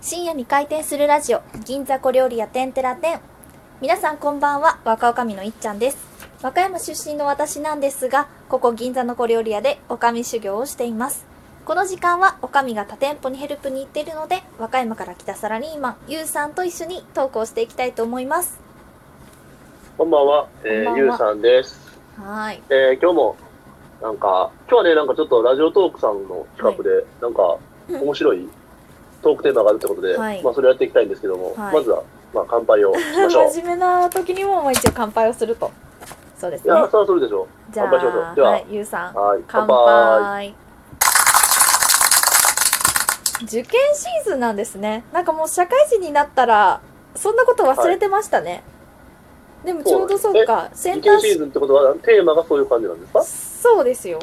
深夜に開店するラジオ銀座小料理屋てんてらてん皆さんこんばんは若女将のいっちゃんです和歌山出身の私なんですがここ銀座の小料理屋で女将修行をしていますこの時間は女将が他店舗にヘルプに行っているので和歌山から来たサラリーマンゆうさんと一緒にトークをしていきたいと思いますこんばんは、えこんばんはー、ゆうさんです。はいえー、今日も、なんか、今日はね、なんかちょっとラジオトークさんの企画で、なんか、うん面白いトークテーマがあるってことで、はいまあ、それやっていきたいんですけども、はいまずは、まあ、乾杯をし ましょう。い真面目な時にももう一応乾杯をするとそうですねや、それはそれでしょじゃあ乾杯しましょうでははい、ゆうさんう。はい、乾乾杯。杯受験シーズンなんですねなんかもう社会人になったらそんなこと忘れてましたね、でもちょうどそうかセン受ター験試シーズンってことは、テーマがそういう感じなんですかそうですよ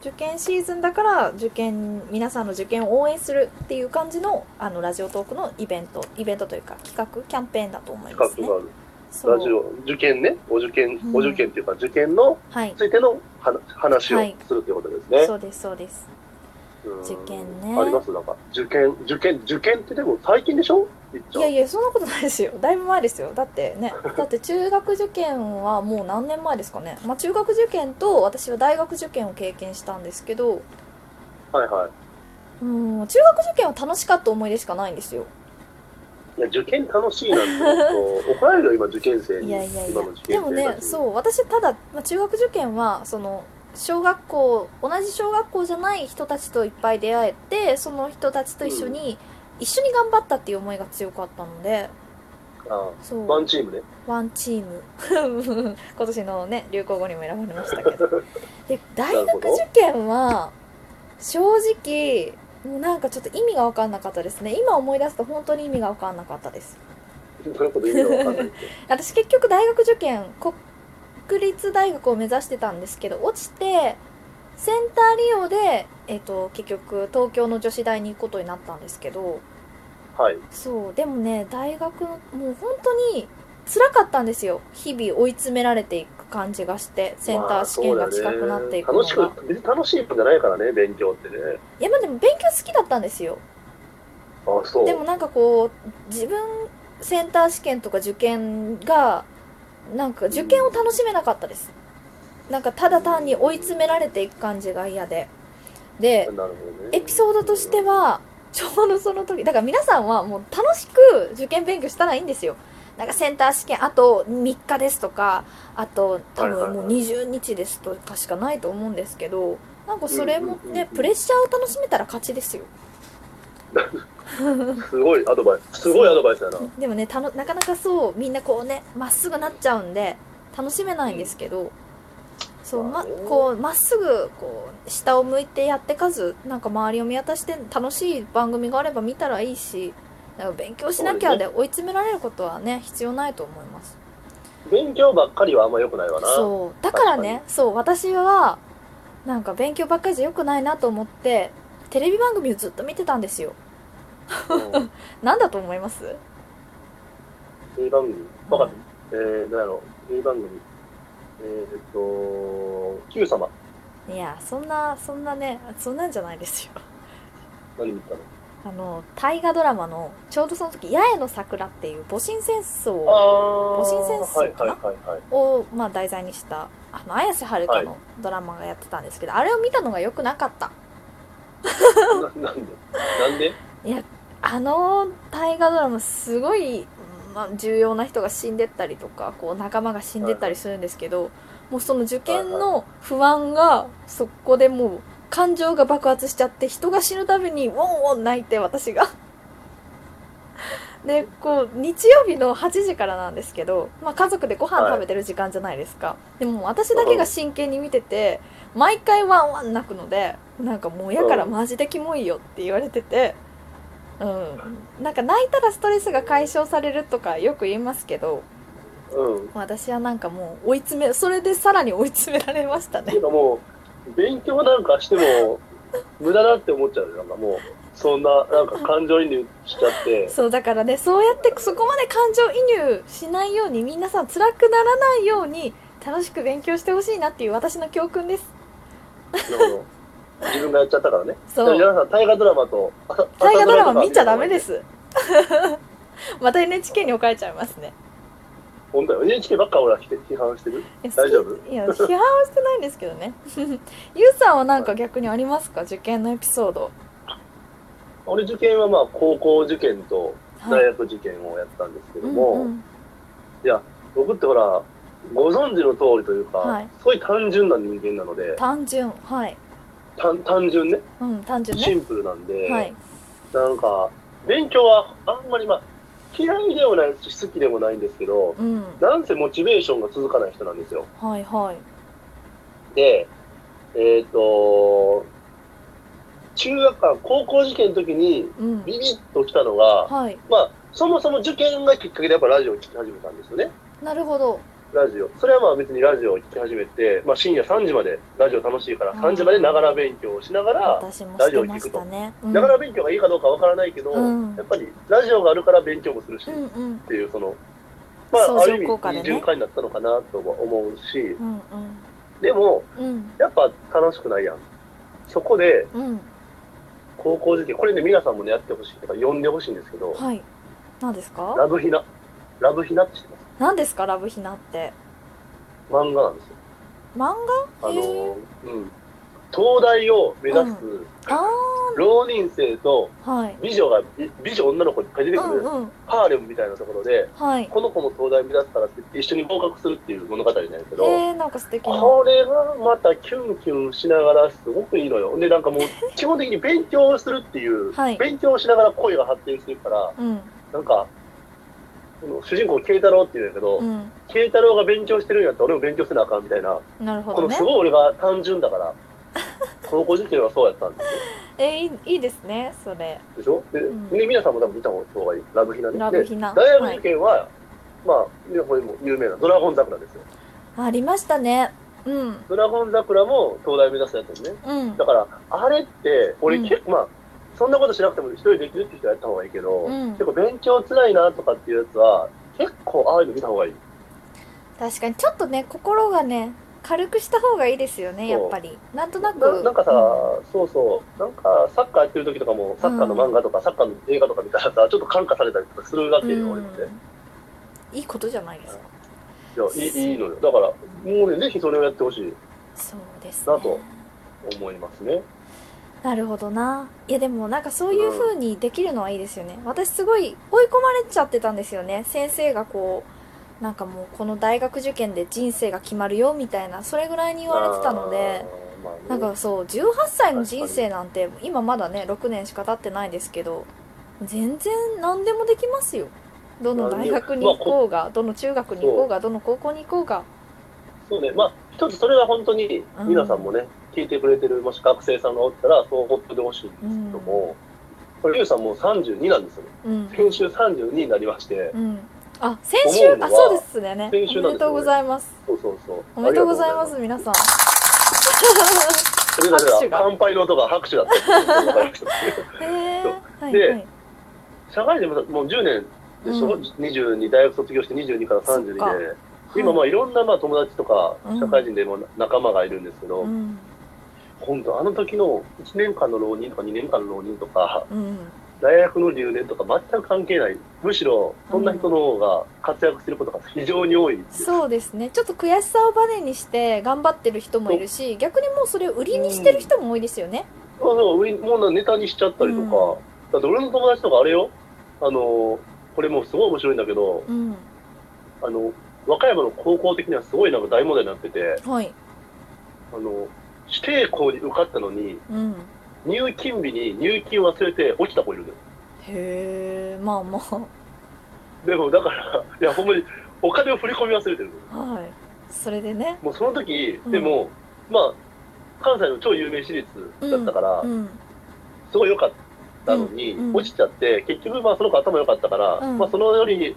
受験シーズンだから受験皆さんの受験を応援するっていう感じのあのラジオトークのイベントイベントというか企画キャンペーンだと思います企ね画がある。そうラジオ、受験ね、お受験、うんお受験っていうか、受験のはいついての話話をはいするってことですね。そうですそうですうん受験ねありますなんか、受験、受験、受験ってでも最近でしょいっいちゃんやいやそんなことないですよだいぶ前ですよだってねだって中学受験はもう何年前ですかね、まあ、中学受験と私は大学受験を経験したんですけどはいはい。うん中学受験は楽しかった思い出しかないんですよいや、受験楽しいなんて、こう怒られるよ、今、受験生に。いやいやいや今の受験生でもねう。そう私ただ、まあ、中学受験はその小学校同じ小学校じゃない人たちといっぱい出会えてその人たちと一緒に、一緒に頑張ったっていう思いが強かったのであそうワンチームね。ワンチーム 今年のね流行語にも選ばれましたけどで大なる学ほど受験は正直もうなんかちょっと意味が分かんなかったですね今思い出すと本当に意味が分かんなかったですそういうこと意味がわかんないって。私結局大学受験国立大学を目指してたんですけど落ちてセンター利用で、えっと結局東京の女子大に行くことになったんですけど はい。そうでもね大学のもう本当に辛かったんですよ日々追い詰められていく感じがしてセンター試験が近くなっていくのまが、あそうだね楽しく、別に楽しいもんじゃないからね、勉強ってね。いやまあでも勉強好きだったんですよあそう。でもなんかこう自分センター試験とか受験がなんか受験を楽しめなかったですなんかただ単に追い詰められていく感じが嫌ででなるほどね。エピソードとしてはちょうどその時だから皆さんはもう楽しく受験勉強したらいいんですよなんかセンター試験あと3日ですとかあと多分もう20日ですとかしかないと思うんですけどなんかそれもうんうんうんうねんプレッシャーを楽しめたら勝ちですよすごいアドバイス。すごいアドバイスだな。でもねたのなかなかそうみんなこうねまっすぐなっちゃうんで楽しめないんですけど、そうままあねこうまっすぐこう下を向いてやってかずなんか周りを見渡して楽しい番組があれば見たらいいしなんか勉強しなきゃで追い詰められることはね必要ないと思います勉強ばっかりはあんま良くないわな。そうだからねそう私はなんか勉強ばっかりじゃ良くないなと思ってテレビ番組をずっと見てたんですようん。なんだと思いますテレビ番組。わかった。えー、なんやろう。テレビ番組。えーっと、Q 様。いやそんなそんなねそんなんじゃないですよ何見てたのあの大河ドラマのちょうどその時「八重の桜」っていう戊辰戦争あー。戊辰戦争はいかはいなはいはい。を、まあ、題材にしたあの綾瀬はるかはのドラマがやってたんですけど、あれを見たのが良くなかったななん でなんであの大河ドラマすごい、まあ、重要な人が死んでったりとかこう仲間が死んでったりするんですけど、もうその受験の不安がそこでもう感情が爆発しちゃって人が死ぬたびにウォンウォン泣いて私が。でこう日曜日の8時からなんですけど、まあ、家族でご飯食べてる時間じゃないですか、でももう私だけが真剣に見てて毎回ワンワン泣くのでなんかもう親からマジでキモいよって言われてて、うん、なんか泣いたらストレスが解消されるとかよく言いますけどうん。私はなんかもう追い詰めそれでさらに追い詰められましたていね うかもう、勉強なんかしても、無駄だって思っちゃうよ。なんかもう、そんな、なんか感情移入しち ゃって。そうだからねそうやってそこまで感情移入しないように皆さん辛くならないように楽しく勉強してほしいなっていう私の教訓ですなるほど自分がやっちゃったからね。そう 皆さん、大河ドラマと、あ大河ドラマ見ちゃダメで。す また NHK に置かれちゃいますね本当よ NHK ばっか俺は批判してるいや大丈夫いや批判はしてないんですけどね ゆうさんはなんか逆にありますか受験のエピソード俺受験はまあ高校受験とは大い学受験をやったんですけども、うんうんいや僕ってほらご存知の通りというか、はいすごい単純な人間なので単純はい単単純ねうん単純シねンプルなんで、はいなんか勉強はあんまりまあ嫌いではないし好きでもないんですけどうんなんせモチベーションが続かない人なんですよはいはいで、えっ、と、中学校、高校受験の時にうんビビッと来たのが、はいまあ、そもそも受験がきっかけでやっぱラジオを聞き始めたんですよね。なるほどラジオ。それはまあ別にラジオを聞き始めて、まあ深夜3時まで、ラジオ楽しいから3時までながら勉強をしながら、私もラしジオて聞まくとしたねうんながら勉強がいいかどうかわからないけど、うんやっぱりラジオがあるから勉強もするし、うんうんっていうその、まああ相る意乗味効果でねいい循環になったのかなとは思うし、うんでも、うんやっぱ楽しくないやん。そこで、うんうん高校受験、これね、皆さんもね、やってほしいとか、呼んでほしいんですけど、はい何ですかラブヒナ。ラブヒナって知ってます何ですかラブヒナって漫画なんですよ。漫あ画のへーー、うん。東大を目指すあ浪人生とーはい美女が、美美女女の子いっぱい出てうくる、んうんハーレムみたいなところで、はいこの子も東大目指すからって言って一緒に合格するっていう物語なんですけえど、ー、なんか素敵なこれがまたキュンキュンしながらすごくいいのよ。で、なんか もう基本的に勉強をするっていう、はい勉強をしながら恋が発展していくから、うんなんか、この主人公、慶太郎っていうんだけど、うん慶太郎が勉強してるんやったら俺も勉強せなあかんみたいな、なるほこどのねすごい俺が単純だ から、高校受験はそうやったんですよ。えー、いいいいですねそれでしょで、うんで皆さんも多分見た方がいい。ラブヒナね。ラブヒナで大は学い受験は、まあ、ねこれも有名なドラゴン桜ですよ。ありましたねうんドラゴン桜も東大目指すやつね。うんだから、あれって、俺うん結構、まあ、そんなことしなくても一人できるって人はやった方がいいけど、うん結構勉強辛いなとかっていうやつは、結構ああいうの見た方がいい。確かにちょっとね心がね軽くした方がいいですよねやそうっぱりなんとなくななんかさ、うそうそう、なんかサッカーやってる時とかも、サッカーの漫画とか、サッカーの映画とか見たらさ、ちょっと感化されたりとかするわけよ、ん俺もね。いいことじゃないですかいやいい、いいのよ。だから、もうね、ぜひそれをやってほしい、そうですだとね思いますね。なるほどないやでもなんかそういう風にできるのはいいですよね、私すごい追い込まれちゃってたんですよね先生がこうなんかもうこの大学受験で人生が決まるよみたいなそれぐらいに言われてたのであー、まあねなんかそう18歳の人生なんて今まだね6年しか経ってないですけど全然何でもできますよどの大学に行こうがどの中学に行こうがどの高校に行こうがそうね、まあ、一つそれは本当に、皆さんもね、聞いてくれてる、もし学生さんがおったら、そう思っててほしいんですけども、これ、リュウさんもう32なんですよね。うん先週32になりまして、うんあ先思う週のはあそうですねおめ先週なんですよでとうございますそうそうそう。おめでとうございまあす皆さん拍手りがとうございます。それだがけは乾杯の音が拍手だった。わかりました へえそうはいではい社会人ももう10年でしょ、うん22大学卒業して22から32そっで、か今まあいろんなまあ友達とかうん社会人でも仲間がいるんですけど、うん本当あの時の1年間の浪人とか2年間の浪人とかうん大学の留年とか全く関係ないむしろそんな人の方が活躍することが非常に多いっていうそうですねちょっと悔しさをバネにして頑張ってる人もいるし逆にもうそれを売りにしてる人も多いですよねそうそう上にもうネタにしちゃったりとか、うだって俺の友達とかあれよあのこれもうすごい面白いんだけどうんあの和歌山の高校的にはすごいなんか大問題になってて。はいあの、指定校に受かったのに、うん入金日に入金忘れて落ちた子いるのよ。へえまあまでもだから、いやほんまにお金を振り込み忘れてるのよあはいそれでねもうその時、うんでも、まあ、関西の超有名私立だったから、うんすごい良かったのに、うんうん落ちちゃって、結局まあその子頭良かったから、うんまあそのより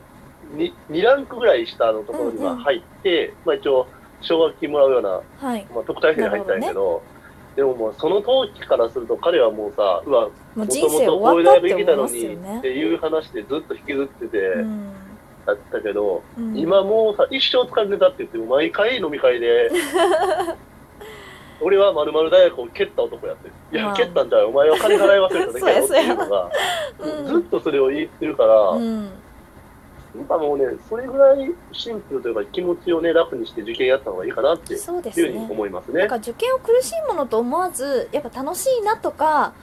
に 2, ランクぐらい下のところには入って、まあ一応、奨学金もらうようなはいまあ、特待生に入ったんやけど、でももうその時からすると彼はもうさ、うわ、もうも人とも生と終こわれっただっけてでき思たいのますよにっねていう話でずっと引きずっててうんだったけど、うん 今もうさ一生使われてたって言っても毎回飲み会で俺はまるまる大学を蹴った男やってる。いや、まあ蹴ったんじゃない。お前は金払い忘れただけやろっそてうやいうのが、うずっんとそれを言ってるから、やうんっぱもうね、それぐらいシンプルというか気持ちをね、楽にして受験やった方がいいかなっていうそうですふうにね思いますなねん。か受験を苦しいものと思わずやっぱ楽しいなとか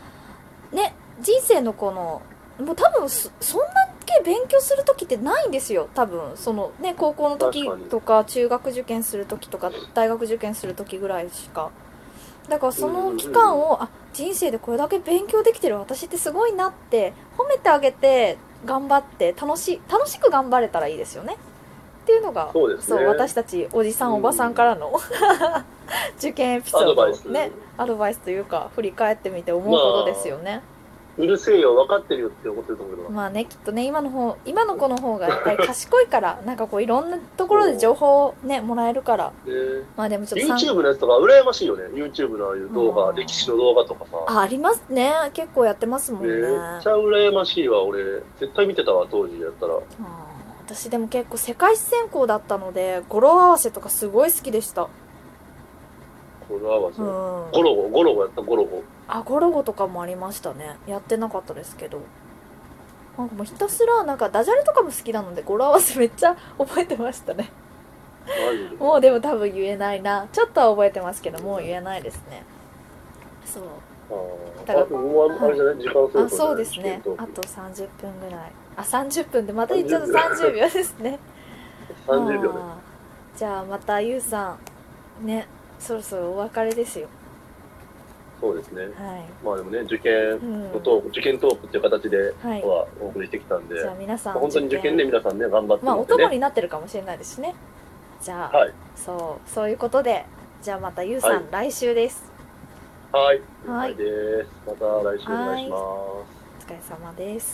ね人生のこのもう多分そそんだけ勉強する時ってないんですよ多分そのね高校の時確かにとか中学受験する時とか大学受験する時ぐらいしかだからその期間をあ人生でこれだけ勉強できてる私ってすごいなって褒めてあげて頑張って楽しい楽しく頑張れたらいいですよねっていうのがそうですねそう私たちおじさんおばさんからの受験エピソードアドバをイスねアドバイスというか振り返ってみて思うことですよね、うるせえよ、分かってるよって思ってると思うけど、まあねきっとね今の方今の子の方がやっぱり賢いからなんかこういろんなところで情報をねもらえるからねまあでもちょっとさん YouTube のやつとか羨ましいよね。YouTube のああいう動う画、ん歴史の動画とかさ。あありますね結構やってますもんめねっちゃ羨ましいわ、俺。絶対見てたわ、当時やったら。あー私でも結構世界史専攻だったので語呂合わせとかすごい好きでしたこれ合わせ。うんゴロゴ、ゴロゴやった、ゴロゴ。あゴロゴとかもありましたねやってなかったですけどなんかもうひたすらなんかダジャレとかも好きなので語呂合わせめっちゃ覚えてましたねマジで。もうでも多分言えないなちょっとは覚えてますけどもう言えないですねそうあだからーあでもうああれじゃない、時間そろそろあそうですねあと30分ぐらいあ30分でまた言っちゃうと30秒ですね三十秒で。あーじゃあまたゆうさんねそろそろお別れですよそうですね。はまあでもね、受験い、うんのトーク、受験トークっていう形で、はいはお送りしてきたんで、じゃあ皆さまあん本当に受験で皆さんね、頑張ってまあもおらって供ね。になってるかもしれないですしねじゃあ、はい。そうそういうことでじゃあまたゆうさん、はい来週ですはい。はい了解です。また来週お願いします。お疲れ様です